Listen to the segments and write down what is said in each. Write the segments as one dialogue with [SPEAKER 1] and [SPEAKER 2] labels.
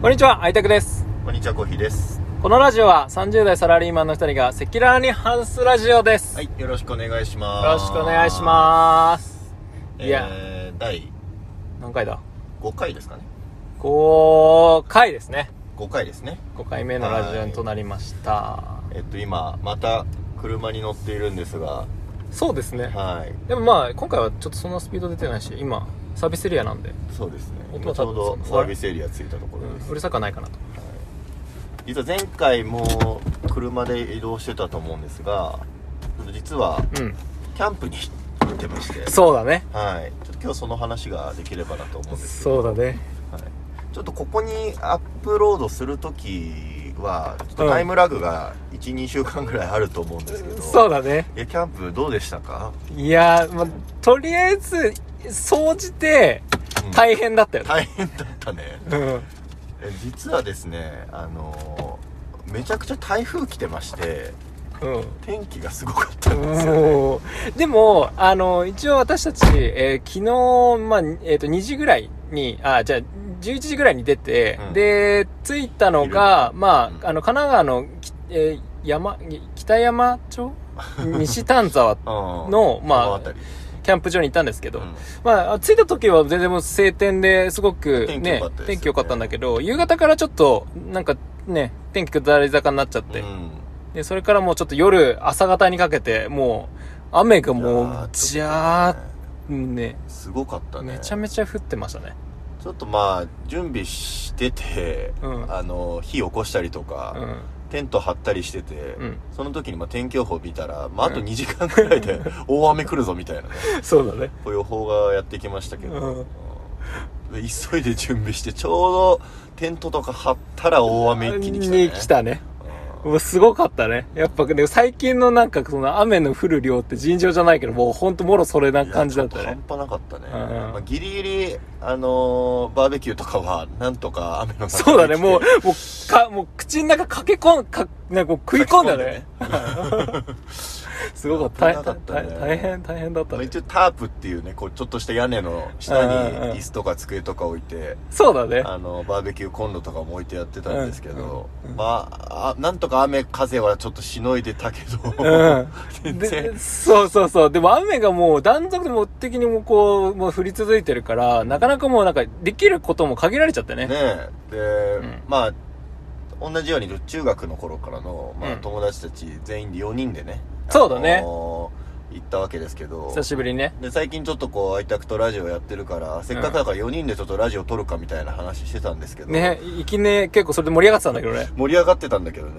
[SPEAKER 1] こんにちは、あいたくです。
[SPEAKER 2] こんにちは、コーヒーです。
[SPEAKER 1] このラジオは30代サラリーマンの2人が赤裸々に話すラジオです。
[SPEAKER 2] は
[SPEAKER 1] よ
[SPEAKER 2] い、よろしくお願いしま
[SPEAKER 1] ろ
[SPEAKER 2] す。
[SPEAKER 1] しくお願いします。
[SPEAKER 2] えー
[SPEAKER 1] いや、
[SPEAKER 2] 第
[SPEAKER 1] 何回だ
[SPEAKER 2] 5回ですかね。
[SPEAKER 1] 5回ですね。
[SPEAKER 2] 5回ですね。
[SPEAKER 1] 5回目のラジオとなりました。
[SPEAKER 2] えっと、今、また車に乗っているんですが、
[SPEAKER 1] そうですね。
[SPEAKER 2] はい、
[SPEAKER 1] でもまあ、今回はちょっとそんなスピード出てないし、今、サービスエリアなんで、
[SPEAKER 2] そうですね。
[SPEAKER 1] 音
[SPEAKER 2] 今
[SPEAKER 1] は
[SPEAKER 2] ちょうど
[SPEAKER 1] 立つ
[SPEAKER 2] サービスエリア着いたところです。
[SPEAKER 1] うるさくはないかなと。
[SPEAKER 2] 実は前回も車で移動してたと思うんですが、ちょっと実は
[SPEAKER 1] うん。
[SPEAKER 2] キャンプに行ってまして、
[SPEAKER 1] そうだね。
[SPEAKER 2] はい、ちょっと今日その話ができればなと思うんですけど、
[SPEAKER 1] そうだね。
[SPEAKER 2] はい、ちょっとここにアップロードするときはちょっとタイムラグが12、週間ぐらいあると思うんですけど
[SPEAKER 1] そううだね。
[SPEAKER 2] いやキャンプどうでしたか、
[SPEAKER 1] いやー、まあ、とりあえず、総じて、
[SPEAKER 2] うん
[SPEAKER 1] 大変だったよね。
[SPEAKER 2] 大変だったね
[SPEAKER 1] うん。
[SPEAKER 2] え実はですねあのーめちゃくちゃ台風来てまして
[SPEAKER 1] うん。
[SPEAKER 2] 天気がすごかったんですよ
[SPEAKER 1] もう でも、あの、一応私たち、えー昨日、まあ、えっ、と、2時ぐらいに、あ、じゃあ、11時ぐらいに出て、
[SPEAKER 2] うん
[SPEAKER 1] で、着いたのが、ま
[SPEAKER 2] うん
[SPEAKER 1] あ、あの、神奈川のき、えー山、い北山 町西丹沢の
[SPEAKER 2] うん
[SPEAKER 1] まあ
[SPEAKER 2] この辺り、
[SPEAKER 1] キャンプ場に行ったんですけど、
[SPEAKER 2] うん
[SPEAKER 1] まあ、着いた時は全然もう晴天ですごく
[SPEAKER 2] 天気良
[SPEAKER 1] ね
[SPEAKER 2] かったですよね、
[SPEAKER 1] 天気良かったんだけど、夕方からちょっと、なんかね、天気下り坂になっちゃって、
[SPEAKER 2] うん
[SPEAKER 1] で、それからもうちょっと夜、朝方にかけて、もう、雨がも
[SPEAKER 2] いや
[SPEAKER 1] う、じ
[SPEAKER 2] ちょっとね
[SPEAKER 1] ゃーね、
[SPEAKER 2] すごかったね
[SPEAKER 1] めちゃめちゃ降ってましたね。
[SPEAKER 2] ちょっとまあ準備してて、
[SPEAKER 1] うん
[SPEAKER 2] あの火起こしたりとか、
[SPEAKER 1] うん。
[SPEAKER 2] テント張ったりしてて、
[SPEAKER 1] うん
[SPEAKER 2] その時にまあ天気予報見たら、まあ、あと2時間くらいで 大雨来るぞみたいなね、
[SPEAKER 1] そうだね。
[SPEAKER 2] こう予報がやってきましたけど、で急いで準備してちょうどテントとか張ったら大雨一気に来た、ね、
[SPEAKER 1] に来たね。もうすごかったね。やっぱね、最近のなんかその雨の降る量って尋常じゃないけど、もうほんともろそれな感じだった
[SPEAKER 2] いやち
[SPEAKER 1] ね
[SPEAKER 2] ょ。と半端なかったね、
[SPEAKER 1] うん
[SPEAKER 2] まあ、ギリギリ、あのーバーベキューとかはなんとか雨の中で
[SPEAKER 1] そうだね、
[SPEAKER 2] 来て
[SPEAKER 1] もう、もう、か、もう口の中駆け込ん、か、なんかこう食い込んだね。 すごかっ
[SPEAKER 2] 危なか
[SPEAKER 1] た。
[SPEAKER 2] った
[SPEAKER 1] 大
[SPEAKER 2] ね
[SPEAKER 1] 変、大変、大変だった
[SPEAKER 2] まあ
[SPEAKER 1] ね。
[SPEAKER 2] 一応タープっていうねこうちょっとした屋根の下
[SPEAKER 1] うんうん
[SPEAKER 2] に
[SPEAKER 1] うん
[SPEAKER 2] 椅子とか机とか置いて
[SPEAKER 1] そうだね。
[SPEAKER 2] あのバーベキューコンロとかも置いてやってたんですけど、
[SPEAKER 1] うんうん
[SPEAKER 2] まああなんとか雨風はちょっとしのいでたけど、
[SPEAKER 1] うん。
[SPEAKER 2] 全然
[SPEAKER 1] で、そうそうそう。でも雨がもう断続的にもうこう、もう降り続いてるから、なかなかもうなんかできることも限られちゃってね。
[SPEAKER 2] ねで、
[SPEAKER 1] ん
[SPEAKER 2] まあ同じように中学の頃からの、まあ、
[SPEAKER 1] うん
[SPEAKER 2] 友達たち全員で4人でね、
[SPEAKER 1] そうだね
[SPEAKER 2] あのー行ったわけですけど
[SPEAKER 1] 久しぶりにね。
[SPEAKER 2] で最近ちょっとこう愛宅とラジオやってるからせっかくだから4人でちょっとラジオ撮るかみたいな話してたんですけど、
[SPEAKER 1] ね、いきね、結構それで盛り上がってたんだけどね。
[SPEAKER 2] 盛り上がってたんだけどね、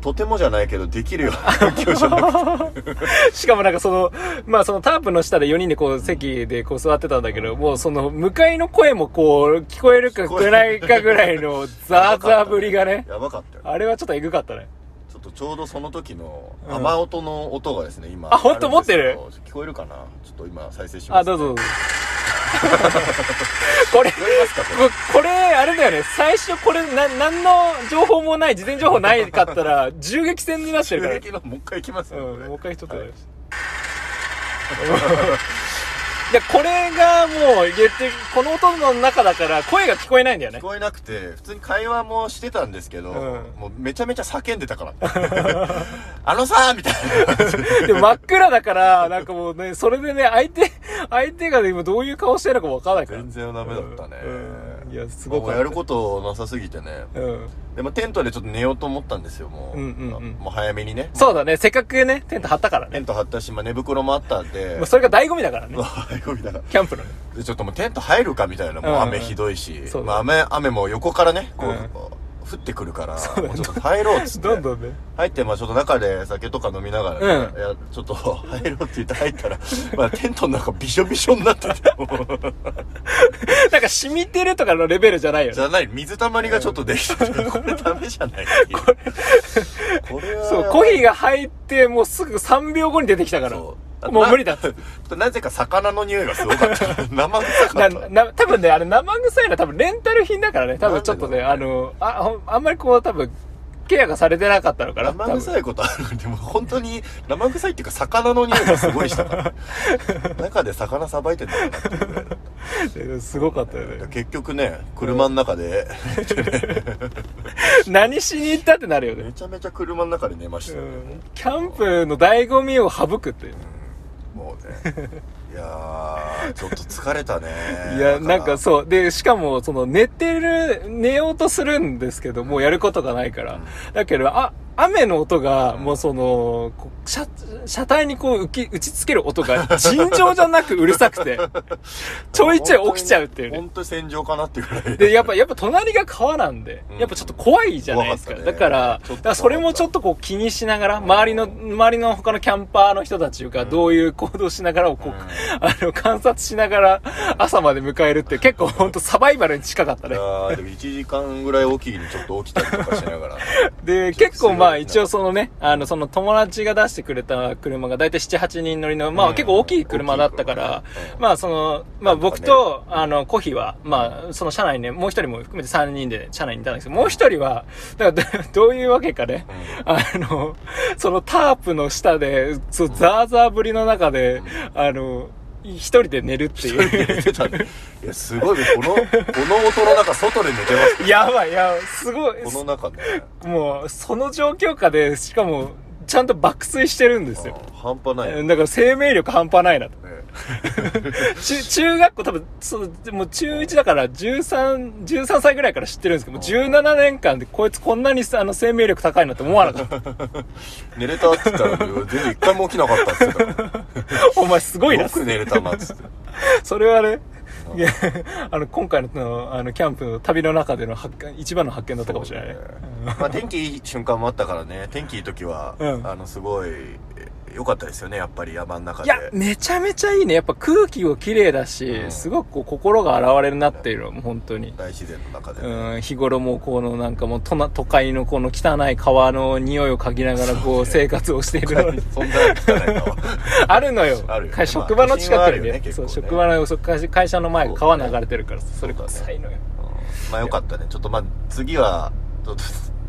[SPEAKER 2] とてもじゃないけどできるような環境じゃなくて
[SPEAKER 1] しかもなんかその、まあそのタープの下で4人でこう席でこう座ってたんだけど、もうその向かいの声もこう聞こえるか聞こえないかぐらいの ザーザーぶりがね。
[SPEAKER 2] やばかったよ
[SPEAKER 1] あれはちょっとエグかったね。
[SPEAKER 2] ちょっとちょうどその時の
[SPEAKER 1] うん
[SPEAKER 2] 雨音の音がですね、今
[SPEAKER 1] あ本当
[SPEAKER 2] るんですけど
[SPEAKER 1] 持
[SPEAKER 2] 聞こえるかなちょっと今再生します、
[SPEAKER 1] あ、どう ぞどうぞ。これ、
[SPEAKER 2] 聞こえますかこれ
[SPEAKER 1] ここれ、あれだよね。最初これ、な、何の情報もない、事前情報ないかったら、銃撃戦になってるか
[SPEAKER 2] 襲
[SPEAKER 1] ら。
[SPEAKER 2] 撃のもう一回いきますね、
[SPEAKER 1] うん、もう一
[SPEAKER 2] こ
[SPEAKER 1] 回ちょっとやりました。で、これがもう言って、この音の中だから声が聞こえないんだよ
[SPEAKER 2] れ
[SPEAKER 1] ね
[SPEAKER 2] 聞。こえなくて普通に会話もしてたんですけど、
[SPEAKER 1] うん
[SPEAKER 2] もうめちゃめちゃ叫んでたから あのさーみたいな感じで
[SPEAKER 1] で、真っ暗だから、なんかもうね、それでね、相手、相手がね、今どういう顔してるのかもわからないから。
[SPEAKER 2] 全然ダメだったね、
[SPEAKER 1] うんいやすごかった
[SPEAKER 2] もうやることなさすぎてね
[SPEAKER 1] うん。
[SPEAKER 2] でもテントでちょっと寝ようと思ったんですよもう,、
[SPEAKER 1] うんうんうん
[SPEAKER 2] もう早めにね
[SPEAKER 1] そうだね、せっかくね、テント張ったから
[SPEAKER 2] テ
[SPEAKER 1] ね。
[SPEAKER 2] ント張ったし、まあ、寝袋もあったんで
[SPEAKER 1] もうそれが醍醐味だからね。
[SPEAKER 2] みたいな
[SPEAKER 1] キャンプのね。
[SPEAKER 2] でちょっともうテント入るかみたいなもう
[SPEAKER 1] うんうん
[SPEAKER 2] 雨ひどいし、
[SPEAKER 1] そうだ
[SPEAKER 2] まあ、雨雨も横からねこう、
[SPEAKER 1] うん
[SPEAKER 2] 降ってくるから
[SPEAKER 1] そうだね
[SPEAKER 2] もうちょっと入ろうっつって
[SPEAKER 1] どんどんね。
[SPEAKER 2] 入ってまあちょっと中で酒とか飲みながら、ね
[SPEAKER 1] うん
[SPEAKER 2] いやちょっと入ろうって言って入ったら、 まあ、テントの中びしょびしょになってて もう
[SPEAKER 1] なんか染みてるとかのレベルじゃないよ
[SPEAKER 2] じ
[SPEAKER 1] ね。
[SPEAKER 2] ゃない水たまりがちょっとできてて、これダメじゃないこれこれは
[SPEAKER 1] そう、コーヒーが入って、もうすぐ3秒後に出てきたから。
[SPEAKER 2] そ
[SPEAKER 1] もう
[SPEAKER 2] あとな
[SPEAKER 1] 無理だっ
[SPEAKER 2] な ぜか魚の匂いがすごかった 生臭
[SPEAKER 1] な、
[SPEAKER 2] かった
[SPEAKER 1] な、多分ね、あれ生臭いのは多分レンタル品だからね。多分ちょっとね、
[SPEAKER 2] な
[SPEAKER 1] あ
[SPEAKER 2] んで
[SPEAKER 1] の、あ、ほんあんまりこう多分、ケアがされてなかったのかな。
[SPEAKER 2] 生臭
[SPEAKER 1] い。
[SPEAKER 2] いことあるんでもう本当に 生臭いっていうか魚の匂いがすごいしたから中で魚さばいてんだよなっていうぐらいだった
[SPEAKER 1] すごかったよね。
[SPEAKER 2] 結局ね車の中で
[SPEAKER 1] 何しに行ったってなるよね
[SPEAKER 2] め。ちゃめちゃ車の中で寝ました
[SPEAKER 1] う
[SPEAKER 2] よ、
[SPEAKER 1] んキャンプの醍醐味を省くっていう。
[SPEAKER 2] もうねいやーちょっと疲れたね
[SPEAKER 1] いや、なんか
[SPEAKER 2] そ
[SPEAKER 1] そう。で、しかも、その、寝てる、寝ようとするんですけど、もうやることがないから。だけど、あ、雨の音が、もうその、こう車、車体にこう、浮き、打ちつける音が、尋常じゃなくうるさ くて、ちょいちょい起きちゃうっていうね。
[SPEAKER 2] 本当に戦場かなっていうぐら い
[SPEAKER 1] で、やっぱ、やっぱ隣が川なんで
[SPEAKER 2] うん、
[SPEAKER 1] やっぱちょっと怖いじゃないですか。
[SPEAKER 2] 怖かったね
[SPEAKER 1] だから、
[SPEAKER 2] ちょっ
[SPEAKER 1] だ
[SPEAKER 2] と怖かった
[SPEAKER 1] からそれもちょっとこう気にしながら、周りの、周りの他のキャンパーの人たちがどういう行動しながらをこう、
[SPEAKER 2] うん
[SPEAKER 1] あの、観察しながら朝まで迎えるって結構ほんとサバイバルに近かった
[SPEAKER 2] いや
[SPEAKER 1] ね。
[SPEAKER 2] ーでも1時間ぐらいおきにちょっと起きたりとかしな がら
[SPEAKER 1] で、結構まあ一応そのね、あの、その友達が出してくれた車が大体7、8人乗りの、ま
[SPEAKER 2] う
[SPEAKER 1] あ
[SPEAKER 2] ん
[SPEAKER 1] 結構大きい車だったから
[SPEAKER 2] 大きい車ねう、ん
[SPEAKER 1] まあその、まあ
[SPEAKER 2] なんかね
[SPEAKER 1] 僕と、あの、コヒは、まあその車内ね、もう一人も含めて3人で車内にいたんですけど、もう一人は、だからど どういうわけかね、あの、そのタープの下で、そう、ザーザーぶりの中で、あの、一人で寝るっていう。
[SPEAKER 2] 寝てたねいやすごいねこのこの音の中外で寝てま す
[SPEAKER 1] やばい、やばい、すごい。
[SPEAKER 2] この中ね
[SPEAKER 1] もう、その状況下で、しかも、ちゃんと爆睡してるんですよ。
[SPEAKER 2] うん半端ない、
[SPEAKER 1] だ
[SPEAKER 2] ね、
[SPEAKER 1] から生命力半端ないなと。 中、中学校多分、そう、もう中1だから13、13歳ぐらいから知ってるんですけど、もう17年間でこいつこんなにあの生命力高いなって思わなか った。
[SPEAKER 2] 寝れたって言ったら全然一回も起きなかったっ つってたか
[SPEAKER 1] お前すご
[SPEAKER 2] ら
[SPEAKER 1] いな
[SPEAKER 2] よ。く寝れたなっつって
[SPEAKER 1] それはね、いや あの、今回のそのあの、キャンプの旅の中での発見、一番の発見だったかもしれないね。
[SPEAKER 2] まあ、天気いい瞬間もあったからね天気いい時は、
[SPEAKER 1] うん
[SPEAKER 2] あのすごいえ良かったですよねやっぱり山の中
[SPEAKER 1] い
[SPEAKER 2] で
[SPEAKER 1] や、めちゃめちゃいいね。やっぱ空気も綺麗だし、
[SPEAKER 2] うん
[SPEAKER 1] すごくこう心が洗われるなっていうのはもう本当に。
[SPEAKER 2] 大自然の中で、
[SPEAKER 1] うん、日頃もうこのなんかもう都な都会のこの汚い川の匂いを嗅ぎながらこう生活をしているの に
[SPEAKER 2] そんなの汚いのは
[SPEAKER 1] あるのよ。
[SPEAKER 2] あるよね
[SPEAKER 1] 会職場の近くに
[SPEAKER 2] まあ都心はあるよね結構
[SPEAKER 1] そう、
[SPEAKER 2] ね
[SPEAKER 1] 職場のそう会社会社の前が川流れてるから、そ
[SPEAKER 2] そうだ
[SPEAKER 1] れ
[SPEAKER 2] ね
[SPEAKER 1] 臭いのよ。
[SPEAKER 2] うんまあ良かったねちょっとまあ次はちょっと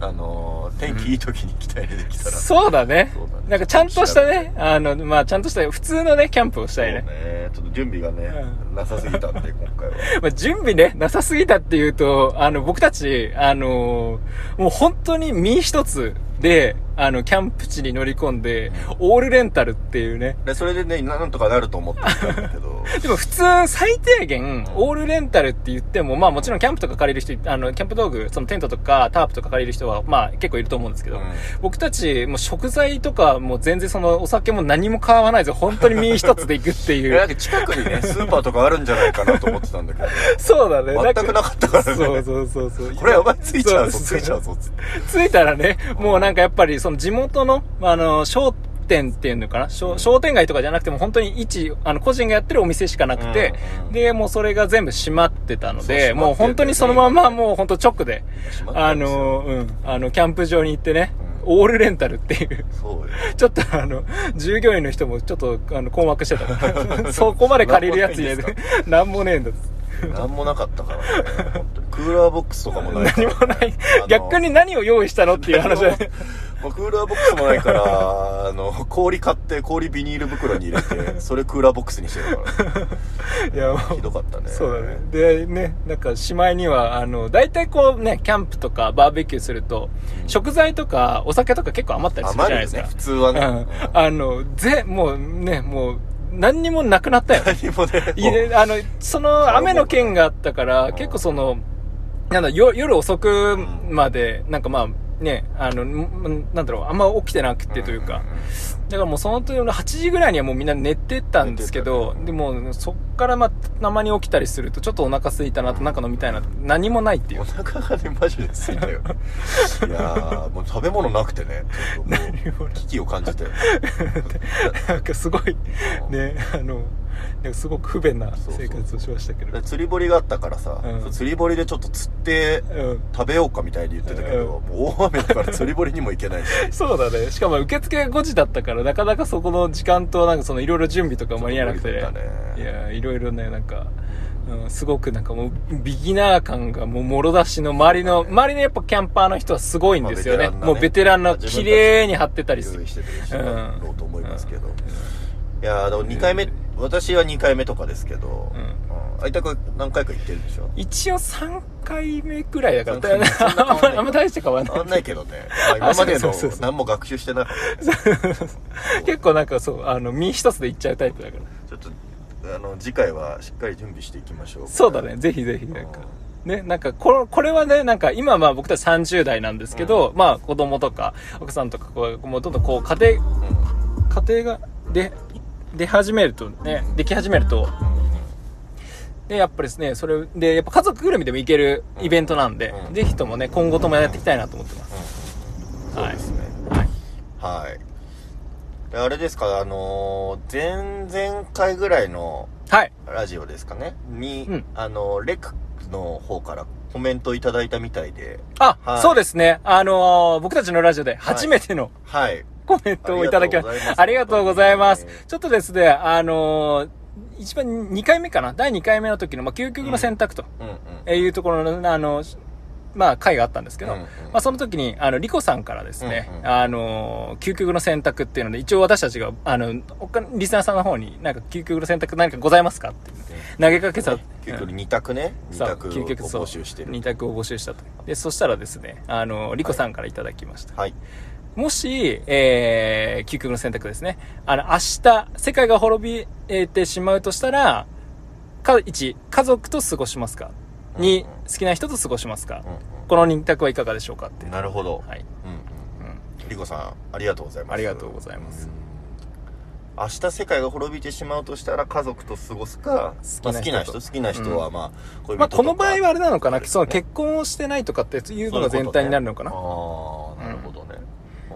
[SPEAKER 2] あのー天気いい時に期待できたら、
[SPEAKER 1] そうだね
[SPEAKER 2] そうだね。
[SPEAKER 1] なんかちゃんとしたね、あの、まあちゃんとした普通のね、キャンプをしたいね。
[SPEAKER 2] そうねちょっと準備がね、
[SPEAKER 1] う
[SPEAKER 2] なさすぎたんで今回は
[SPEAKER 1] まあ、準備ね、なさすぎたっていうと、あの、僕たち、あのーもう本当に身一つで、あの、キャンプ地に乗り込んで、オールレンタルっていうね。
[SPEAKER 2] でそれでねなんとかなると思ってたんだけ ど
[SPEAKER 1] でも普通、最低限、オールレンタルって言っても、まあもちろんキャンプとか借りる人、あの、キャンプ道具、そのテントとかタープとか借りる人は、まあ結構いると思うんですけど、
[SPEAKER 2] うん
[SPEAKER 1] 僕たち、もう食材とか、もう全然その、お酒も何も買わないですよ。本当に身一つで行くって
[SPEAKER 2] い
[SPEAKER 1] い
[SPEAKER 2] やなん
[SPEAKER 1] う。
[SPEAKER 2] か近くに ねスーパーとかあるんじゃないかなと思ってたんだけど
[SPEAKER 1] そうだね。
[SPEAKER 2] 全くなかったからね
[SPEAKER 1] そうそうそうそう。
[SPEAKER 2] これやばいついちゃうぞ
[SPEAKER 1] そ
[SPEAKER 2] つ
[SPEAKER 1] う
[SPEAKER 2] いちゃうぞつ
[SPEAKER 1] 着
[SPEAKER 2] い
[SPEAKER 1] いたらね、もうなんかやっぱりその地元の、あの、商店っていうのかな商商店街とかじゃなくても本当に一、あの、個人がやってるお店しかなくて
[SPEAKER 2] うんうん、
[SPEAKER 1] で、もうそれが全部閉まってたの
[SPEAKER 2] そう閉まっ
[SPEAKER 1] で、
[SPEAKER 2] てんだよね
[SPEAKER 1] もう本当にそのままもう本当直で、
[SPEAKER 2] ちゃう
[SPEAKER 1] あの、うん、あの、キャンプ場に行ってね、
[SPEAKER 2] う
[SPEAKER 1] オールレンタルっていう、
[SPEAKER 2] そうよ
[SPEAKER 1] ちょっとあの、従業員の人もちょっと、あの、困惑して た。そこまで借りるやついないで
[SPEAKER 2] なんもない
[SPEAKER 1] なんもね
[SPEAKER 2] ん、
[SPEAKER 1] えんだ。
[SPEAKER 2] 何もなかったからね本当にクーラーボックスとかもないか
[SPEAKER 1] 何
[SPEAKER 2] ら
[SPEAKER 1] もない
[SPEAKER 2] あの。
[SPEAKER 1] 逆に何を用意したのっていう話だね。
[SPEAKER 2] もうクーラーボックスもないからあの氷買って氷ビニール袋に入れてそれクーラーボックスにしてるか
[SPEAKER 1] い
[SPEAKER 2] ら
[SPEAKER 1] や、もう
[SPEAKER 2] ひどかったね
[SPEAKER 1] そうだね。で、ね、なんか、しまいには、あの、大体こうね、キャンプとかバーベキューすると、食材とかお酒とか結構余ったりするじゃ
[SPEAKER 2] 余
[SPEAKER 1] ない
[SPEAKER 2] る
[SPEAKER 1] です
[SPEAKER 2] よね
[SPEAKER 1] か。
[SPEAKER 2] 普通はね、
[SPEAKER 1] うん。あの、ぜ、もうね、もう、何にもなくなったよ。
[SPEAKER 2] 何もね
[SPEAKER 1] い
[SPEAKER 2] もう
[SPEAKER 1] えあの、その雨の件があったから、結構その、なんだ、よ夜遅くまで、なんかまあ、ね、あの、んなんだろう、あんま起きてなくてというか、だからもうその時の8時ぐらいにはもうみんな寝てたんですけど、でもそっからまあたまに起きたりするとちょっとお腹空いたなとなんか飲みたいな何もないっていう
[SPEAKER 2] お。腹がねマジで空いたよいやーもう食べ物なくてねちょっともう危機を感 じて
[SPEAKER 1] なんかすごい、ね、あの、なんかすごく不便な生活をしましたけど。
[SPEAKER 2] 釣り堀があったからさ、
[SPEAKER 1] うん
[SPEAKER 2] 釣り堀でちょっと釣って
[SPEAKER 1] うん。
[SPEAKER 2] 食べようかみたいに言ってたけど、
[SPEAKER 1] う
[SPEAKER 2] もう大雨だから釣り堀にも行け ないし
[SPEAKER 1] そうだね。しかも受付が5時だったから、なかなかそこの時間となんかそのいろいろ準備とか間に合わなくて、
[SPEAKER 2] ちょっと無理だったね
[SPEAKER 1] いや、いろいろね、なんか、うん、すごくなんかもうビギナー感がもうもろ出しの周りの、周りのやっぱキャンパーの人はすごいんですよね。
[SPEAKER 2] まあ
[SPEAKER 1] もうベテラン
[SPEAKER 2] なね
[SPEAKER 1] の綺麗に張ってたりす
[SPEAKER 2] 用
[SPEAKER 1] る
[SPEAKER 2] 意。してる人
[SPEAKER 1] うん
[SPEAKER 2] だろうと思いますけど、いやーでも2回目、私は2回目とかですけど、
[SPEAKER 1] うん
[SPEAKER 2] うんあいたく何回か行ってる でしょ
[SPEAKER 1] 一応3回目くらいだから、
[SPEAKER 2] そんなそんな変わんない
[SPEAKER 1] あんま大して変わん
[SPEAKER 2] 変
[SPEAKER 1] ない
[SPEAKER 2] わんないけどね、まあ、今まで
[SPEAKER 1] そう
[SPEAKER 2] の
[SPEAKER 1] そうそうそう
[SPEAKER 2] 何も学習してなかったね
[SPEAKER 1] 結構なんかそうあの身一つでいっちゃうタイプだから
[SPEAKER 2] ちょっとあの次回はしっかり準備していきましょう
[SPEAKER 1] そうだねぜひぜひなんかね、なんかこれこれはねなんか今まあ僕たち30代なんですけど、まあ子供とか奥さんとかこうもうどんどんこう家庭
[SPEAKER 2] うん、うん
[SPEAKER 1] 家庭がで出始めるとねでき始めるとでやっぱりですねそれでやっぱ家族ぐるみでも行けるイベントなんで、
[SPEAKER 2] うん
[SPEAKER 1] ぜひともね今後ともやっていきたいなと思ってます、
[SPEAKER 2] そうですね
[SPEAKER 1] はい
[SPEAKER 2] はいであれですかあのー前々回ぐらいの
[SPEAKER 1] はい
[SPEAKER 2] ラジオですかねに、
[SPEAKER 1] うん
[SPEAKER 2] あのレクの方からコメントいただいたみたいで
[SPEAKER 1] あ、
[SPEAKER 2] はい
[SPEAKER 1] そうですねあのー僕たちのラジオで初めての、
[SPEAKER 2] はい
[SPEAKER 1] コメントをいただきました。あ
[SPEAKER 2] あ
[SPEAKER 1] り
[SPEAKER 2] り
[SPEAKER 1] が
[SPEAKER 2] が
[SPEAKER 1] と
[SPEAKER 2] と
[SPEAKER 1] う
[SPEAKER 2] う
[SPEAKER 1] ご
[SPEAKER 2] ご
[SPEAKER 1] ざ
[SPEAKER 2] ざ
[SPEAKER 1] い
[SPEAKER 2] い
[SPEAKER 1] ま
[SPEAKER 2] ますす。
[SPEAKER 1] ちょっとですね、あのー一番2回目かな第2回目の時の、まあ、究極の選択と
[SPEAKER 2] うんうん
[SPEAKER 1] いうところの、あの、まあ、回があったんですけど、
[SPEAKER 2] うんうん
[SPEAKER 1] まあ、その時に、あの、リコさんからですね、
[SPEAKER 2] うんうん
[SPEAKER 1] あのー究極の選択っていうので、一応私たちが、あの、他リスナーさんの方に、なんか、究極の選択何かございますかって投げかけた。
[SPEAKER 2] 結局2択ね2
[SPEAKER 1] さあ
[SPEAKER 2] 択を
[SPEAKER 1] 究極そう
[SPEAKER 2] 募集してる
[SPEAKER 1] 二択を募集したと。で、そしたらですね、あの、リコさんからいただきました。
[SPEAKER 2] はい
[SPEAKER 1] もし、えー、究極の選択ですね。あの、明日、世界が滅びてしまうとしたら、か、1、家族と過ごしますか ?2、
[SPEAKER 2] うんうん
[SPEAKER 1] 好きな人と過ごしますか
[SPEAKER 2] うん
[SPEAKER 1] この2択はいかがでしょうかって
[SPEAKER 2] うん。なるほど、
[SPEAKER 1] はい。
[SPEAKER 2] うん
[SPEAKER 1] う。
[SPEAKER 2] うんんリコさんありがとうございます
[SPEAKER 1] ありがとうございます
[SPEAKER 2] うん明日世界が滅びてしまうとしたら家族と過ごすか
[SPEAKER 1] 好
[SPEAKER 2] まあ
[SPEAKER 1] き
[SPEAKER 2] 好
[SPEAKER 1] な人と
[SPEAKER 2] きな人好きな人はまあ恋人とか
[SPEAKER 1] まあ、この場合はあれなのかな、
[SPEAKER 2] そうですね
[SPEAKER 1] その結婚をしてないとかっていうのが全体になるのかな。こ
[SPEAKER 2] ああなるほどね、う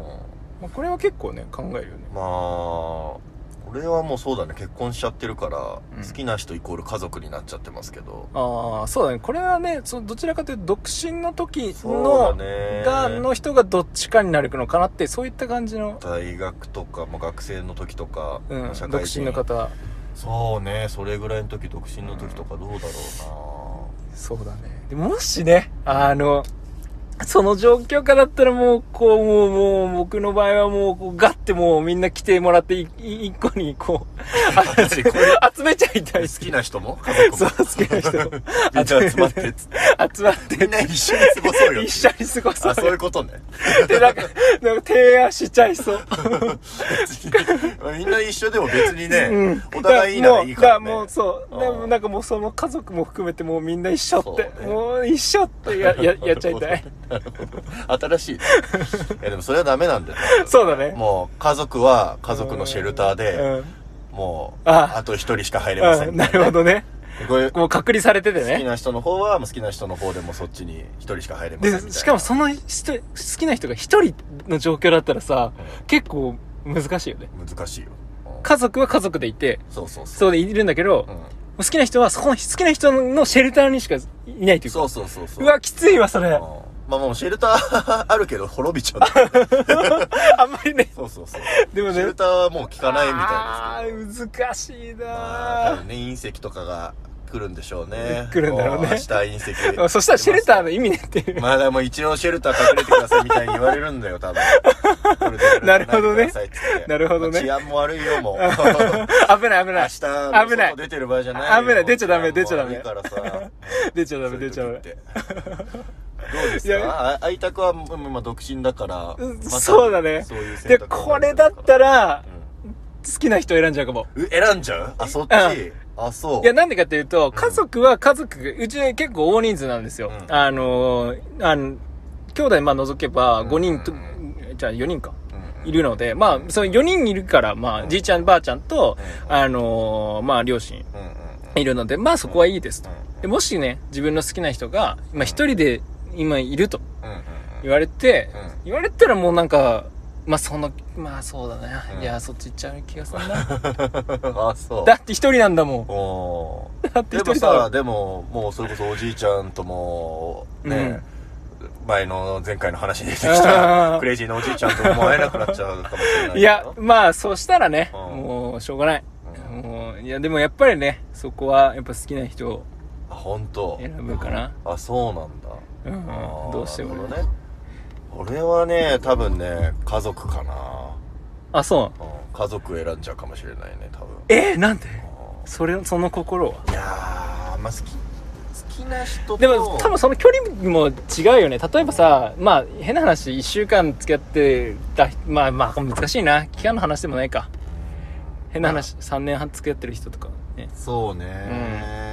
[SPEAKER 1] まあ、これは結構ね、考えるよね
[SPEAKER 2] ん。まあ俺はもうそうだね結婚しちゃってるから、
[SPEAKER 1] うん
[SPEAKER 2] 好きな人イコール家族になっちゃってますけど
[SPEAKER 1] ああ、そうだね。これはね、そのどちらかというと、独身の時
[SPEAKER 2] そうだ
[SPEAKER 1] の、
[SPEAKER 2] ね
[SPEAKER 1] が、の人がどっちかになるのかなって、そういった感じの、
[SPEAKER 2] 大学とか、まあ、学生の時とか、
[SPEAKER 1] う
[SPEAKER 2] ま
[SPEAKER 1] ん
[SPEAKER 2] あ、社
[SPEAKER 1] 独
[SPEAKER 2] 会人
[SPEAKER 1] 身の方。
[SPEAKER 2] そうねそれぐらいの時独身の時とかどう だろ
[SPEAKER 1] そうだね。でもしね、あの、その状況下だったらもう、こう、もう、もう、僕の場合はもうこう、ガッてもうみんな来てもらって、いい一個にこう、
[SPEAKER 2] うな私これ
[SPEAKER 1] 集めちゃいたい。
[SPEAKER 2] 好きな人も家族
[SPEAKER 1] そう、
[SPEAKER 2] も
[SPEAKER 1] 好きな人
[SPEAKER 2] みんな集まってっつって
[SPEAKER 1] 集まっ
[SPEAKER 2] みんな一緒に過ごそうよ
[SPEAKER 1] て、一緒に過ご
[SPEAKER 2] あそうい
[SPEAKER 1] そう
[SPEAKER 2] ことね
[SPEAKER 1] うって、なんか、なんか提案しちゃいそう。
[SPEAKER 2] 別にみんな一緒でも別にね、
[SPEAKER 1] うん
[SPEAKER 2] お互いいいならいいから、ね、
[SPEAKER 1] だもうだからもうそう。でもなんかもうその家族も含めてもうみんな一緒って、
[SPEAKER 2] そうね
[SPEAKER 1] もう一緒ってやややっちゃいた い。
[SPEAKER 2] なるほど新しいねいやでもそれはダメなんだよ
[SPEAKER 1] そうだね。
[SPEAKER 2] もう家族は家族のシェルターで
[SPEAKER 1] うん。
[SPEAKER 2] もう
[SPEAKER 1] あ
[SPEAKER 2] あと一人しか入れません
[SPEAKER 1] うん、
[SPEAKER 2] みた
[SPEAKER 1] ない
[SPEAKER 2] ね
[SPEAKER 1] るほどね。
[SPEAKER 2] こういう好
[SPEAKER 1] もう隔離されてて
[SPEAKER 2] き
[SPEAKER 1] ね。
[SPEAKER 2] な人の方はもう好きな人の方でもそっちに一人しか入れませんみたい
[SPEAKER 1] で、
[SPEAKER 2] な
[SPEAKER 1] しかもその人、好きな人が一人の状況だったらさ、結構難しいよね。
[SPEAKER 2] 難しいようん
[SPEAKER 1] 家族は家族でいて、
[SPEAKER 2] そうそうそう
[SPEAKER 1] そうでいるんだけど、
[SPEAKER 2] うん
[SPEAKER 1] 好きな人はそこの好きな人のシェルターにしかいないというか。
[SPEAKER 2] そうそうそうそう
[SPEAKER 1] うわ、きついわ、それ
[SPEAKER 2] うん。まあもうシェルター あるけど滅びちゃう
[SPEAKER 1] あんまりね。
[SPEAKER 2] そうそうそう
[SPEAKER 1] でも ね。
[SPEAKER 2] シェルターはもう効かないみ
[SPEAKER 1] あ
[SPEAKER 2] たいですけど
[SPEAKER 1] ー難しい
[SPEAKER 2] まあ
[SPEAKER 1] な
[SPEAKER 2] 多分ね隕石とかが来るんでしょうね
[SPEAKER 1] 来るんだろうね
[SPEAKER 2] も明日隕
[SPEAKER 1] ぁ。
[SPEAKER 2] 石
[SPEAKER 1] そしたらシェルターの意味ねっていう。
[SPEAKER 2] まあでも一応シェルター隠れてくださいみたいに言われるんだよ、多分。これでやらないでくださいっつって
[SPEAKER 1] なるほどね
[SPEAKER 2] 治安も悪い よ、もう。
[SPEAKER 1] 危ない危
[SPEAKER 2] 明
[SPEAKER 1] ない。
[SPEAKER 2] 日、外出てる場合じゃないよ。
[SPEAKER 1] 危ない出ちゃダメ出ちゃダメ
[SPEAKER 2] 治安も悪いからさ。
[SPEAKER 1] 出ちゃダメ、
[SPEAKER 2] そうい
[SPEAKER 1] 出
[SPEAKER 2] う
[SPEAKER 1] ちゃダ
[SPEAKER 2] 時
[SPEAKER 1] メ
[SPEAKER 2] っ。てどうです
[SPEAKER 1] いや
[SPEAKER 2] かあ愛宅は、まあまあ、独身だから
[SPEAKER 1] うん。
[SPEAKER 2] まさに
[SPEAKER 1] そうだね
[SPEAKER 2] そういう選
[SPEAKER 1] で、
[SPEAKER 2] 択
[SPEAKER 1] これだったら
[SPEAKER 2] う、ん
[SPEAKER 1] 好きな人選んじゃうかも。
[SPEAKER 2] う選んじゃうあ、そっちあ、そう。
[SPEAKER 1] いや、なんでかっていうと、
[SPEAKER 2] ん
[SPEAKER 1] 家族は家族が、うちね結構大人数なんですよ。
[SPEAKER 2] うん
[SPEAKER 1] あのー、あの、兄弟まあ除けば
[SPEAKER 2] うん
[SPEAKER 1] 5人と、
[SPEAKER 2] う
[SPEAKER 1] じゃあ4人か、
[SPEAKER 2] うん
[SPEAKER 1] いるので、まあ、その4人いるから、まあ、じいちゃん、ばあちゃんと、
[SPEAKER 2] うん
[SPEAKER 1] あのー、まあ、両親
[SPEAKER 2] うんうんうん
[SPEAKER 1] いるので、まあそこはいいですと。
[SPEAKER 2] う
[SPEAKER 1] でもしね、自分の好きな人が、今一人で今いると
[SPEAKER 2] んうんうん
[SPEAKER 1] 言われて、
[SPEAKER 2] うん
[SPEAKER 1] 言われたらもうなんか、まあその、まあそうだね。
[SPEAKER 2] うん
[SPEAKER 1] いや、そっち行っちゃう気がする な。
[SPEAKER 2] うんあ、そう。
[SPEAKER 1] だって一人なんだもん。
[SPEAKER 2] おー
[SPEAKER 1] だって
[SPEAKER 2] で
[SPEAKER 1] 一
[SPEAKER 2] も
[SPEAKER 1] 人だも
[SPEAKER 2] さ
[SPEAKER 1] ん。
[SPEAKER 2] でももうそれこそおじいちゃんともね、前の前回の話に出てき
[SPEAKER 1] あ
[SPEAKER 2] た
[SPEAKER 1] ー
[SPEAKER 2] クレイジーなおじいちゃんともう会えなくなっちゃうかもしれない
[SPEAKER 1] いや
[SPEAKER 2] よ、
[SPEAKER 1] まあそうしたらね、
[SPEAKER 2] うん
[SPEAKER 1] もうしょうがない。
[SPEAKER 2] うん
[SPEAKER 1] もう、いやでもやっぱりね、そこはやっぱ好きな人を
[SPEAKER 2] あ本当
[SPEAKER 1] 選ぶかな。
[SPEAKER 2] あそうなん
[SPEAKER 1] う
[SPEAKER 2] だ
[SPEAKER 1] ん
[SPEAKER 2] あ、ー
[SPEAKER 1] どうして
[SPEAKER 2] なる
[SPEAKER 1] も
[SPEAKER 2] ほどね俺はね多分ね家族かな、
[SPEAKER 1] あ、そう。
[SPEAKER 2] うん、家族選んじゃうかもしれないね多分
[SPEAKER 1] えー、なんで
[SPEAKER 2] う
[SPEAKER 1] それ、その心は
[SPEAKER 2] んいやーまあ好き好きな人と
[SPEAKER 1] でも多分その距離も違うよね例えばさまあ変な話1週間付き合ってたまあまあ難しいな期間の話でもないか変な話、3年半付き合ってる人とかね
[SPEAKER 2] そうね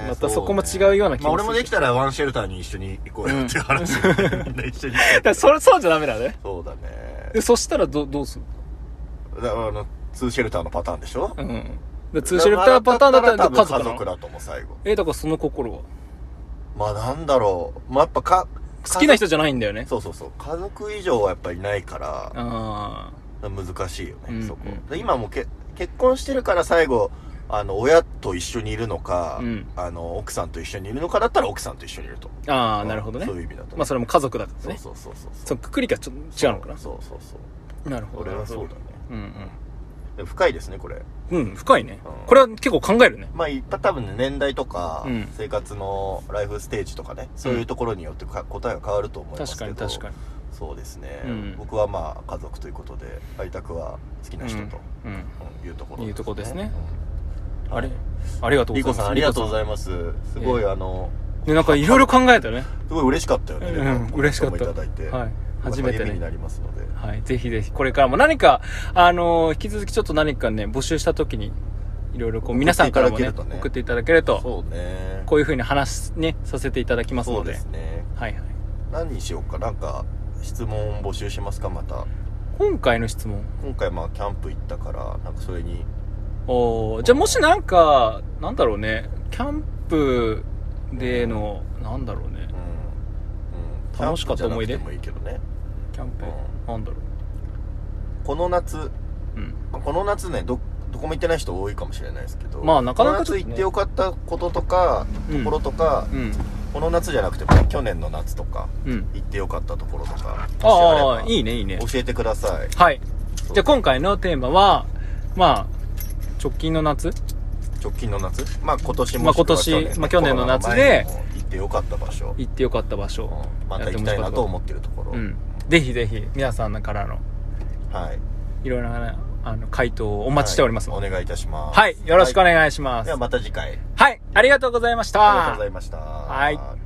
[SPEAKER 1] うん、、ま
[SPEAKER 2] ま
[SPEAKER 1] たそこも違うような気
[SPEAKER 2] まあ
[SPEAKER 1] も
[SPEAKER 2] 俺
[SPEAKER 1] す
[SPEAKER 2] も
[SPEAKER 1] る
[SPEAKER 2] できたらワンシェルターに一緒に行こうよっていう話、 みんな一緒に行こ
[SPEAKER 1] だからそれそうじゃダメだね
[SPEAKER 2] うそうだね
[SPEAKER 1] でそしたらどどうする
[SPEAKER 2] だからあの2シェルターのパターンでしょ
[SPEAKER 1] うんで2シェルターパターンだったら
[SPEAKER 2] 多
[SPEAKER 1] 家
[SPEAKER 2] 分
[SPEAKER 1] 族な
[SPEAKER 2] 家
[SPEAKER 1] の
[SPEAKER 2] 族だと思う最後
[SPEAKER 1] えだからその心は
[SPEAKER 2] まあなんだろうまあやっぱか
[SPEAKER 1] 好きな人じゃないんだよね
[SPEAKER 2] そうそうそう家族以上はやっぱりないから
[SPEAKER 1] あ
[SPEAKER 2] 難しいよね、
[SPEAKER 1] うん
[SPEAKER 2] そこ
[SPEAKER 1] うん
[SPEAKER 2] で今もけ結婚してるから最後あの親と一緒にいるのか、
[SPEAKER 1] うん
[SPEAKER 2] あの奥さんと一緒にいるのかだったら奥さんと一緒にいると
[SPEAKER 1] ーあーなるほどね
[SPEAKER 2] そういう意味だとね、
[SPEAKER 1] まあそれも家族だからね
[SPEAKER 2] そうそうそう
[SPEAKER 1] そ
[SPEAKER 2] そう
[SPEAKER 1] のくくりがちょっと違うのかな
[SPEAKER 2] そうそうそう
[SPEAKER 1] なるほど
[SPEAKER 2] 俺はそうだね
[SPEAKER 1] うん
[SPEAKER 2] で深いですねこれ
[SPEAKER 1] うん、うん、深いね
[SPEAKER 2] うん
[SPEAKER 1] これは結構考えるね
[SPEAKER 2] まあいっぱい多分ね年代とか、
[SPEAKER 1] うん
[SPEAKER 2] 生活のライフステージとかねそういうところによってか答えは変わると思います
[SPEAKER 1] 確
[SPEAKER 2] け
[SPEAKER 1] か
[SPEAKER 2] ど
[SPEAKER 1] に確かに
[SPEAKER 2] そうですね、
[SPEAKER 1] うん
[SPEAKER 2] 僕はまあ家族ということで開拓は好きな人と、
[SPEAKER 1] うん、うん
[SPEAKER 2] うんいうところ
[SPEAKER 1] いうとこですね
[SPEAKER 2] うん
[SPEAKER 1] あれありがとうござ
[SPEAKER 2] リ
[SPEAKER 1] いま
[SPEAKER 2] コ
[SPEAKER 1] す
[SPEAKER 2] さんありがとうござ
[SPEAKER 1] い
[SPEAKER 2] いますすごい、
[SPEAKER 1] え
[SPEAKER 2] あの
[SPEAKER 1] ますでなんかいろいろ考えたね
[SPEAKER 2] すごい嬉しかったよね、
[SPEAKER 1] うん嬉しかった
[SPEAKER 2] コメントもいただいて、
[SPEAKER 1] はい初めて
[SPEAKER 2] 励みに
[SPEAKER 1] ね
[SPEAKER 2] なりますので
[SPEAKER 1] はい、ぜひぜひこれからも何かあのー引き続きちょっと何かね募集した時にいろいろこう皆さんからもね
[SPEAKER 2] 送っていただけるとね
[SPEAKER 1] 送っていただけると
[SPEAKER 2] そうね
[SPEAKER 1] こういうふうに話ねさせていただきます
[SPEAKER 2] そ
[SPEAKER 1] の
[SPEAKER 2] う
[SPEAKER 1] で
[SPEAKER 2] ですね
[SPEAKER 1] はいはい
[SPEAKER 2] 何にしようかなんか質問募集しますかまた
[SPEAKER 1] 今回の質問
[SPEAKER 2] 今回まあキャンプ行ったからなんかそれに
[SPEAKER 1] おーじゃあもしなんかなんだろうねキャンプでのなんだろうね
[SPEAKER 2] うん、うん、
[SPEAKER 1] 楽しかった思い出
[SPEAKER 2] キャンプじゃなくてもいいけどね
[SPEAKER 1] キャンプ
[SPEAKER 2] うん
[SPEAKER 1] なんだろ
[SPEAKER 2] この夏
[SPEAKER 1] ううん
[SPEAKER 2] この夏ねどどこも行ってない人多いかもしれないですけど
[SPEAKER 1] まあなかなか
[SPEAKER 2] こ
[SPEAKER 1] ちょ
[SPEAKER 2] の
[SPEAKER 1] っ
[SPEAKER 2] 夏
[SPEAKER 1] とね
[SPEAKER 2] 行ってよかったこととか、
[SPEAKER 1] うん
[SPEAKER 2] ところとか、
[SPEAKER 1] うん
[SPEAKER 2] この夏じゃなくても去年の夏とか
[SPEAKER 1] うん
[SPEAKER 2] 行ってよかったところとか
[SPEAKER 1] ああ
[SPEAKER 2] もしれば
[SPEAKER 1] いいねいいね
[SPEAKER 2] 教えてください
[SPEAKER 1] はい
[SPEAKER 2] そう
[SPEAKER 1] じゃあ今回のテーマはまあ直近の夏
[SPEAKER 2] 直近の夏まあ今年も
[SPEAKER 1] まあ今年
[SPEAKER 2] しくは
[SPEAKER 1] まあ去年の夏で
[SPEAKER 2] コロナの前にも行ってよかった場所、
[SPEAKER 1] 行ってよかった場所
[SPEAKER 2] うんまた行きたいなと思ってるところ、
[SPEAKER 1] うんぜひぜひ皆さんからの
[SPEAKER 2] はい
[SPEAKER 1] いろいろなあの回答をお待ちしておりますの
[SPEAKER 2] はい
[SPEAKER 1] で
[SPEAKER 2] お願いいたします
[SPEAKER 1] はいよろしくお
[SPEAKER 2] は
[SPEAKER 1] 願いしま
[SPEAKER 2] い
[SPEAKER 1] す
[SPEAKER 2] ではまた次回
[SPEAKER 1] はいありがとうございました
[SPEAKER 2] ありがとうございました
[SPEAKER 1] はい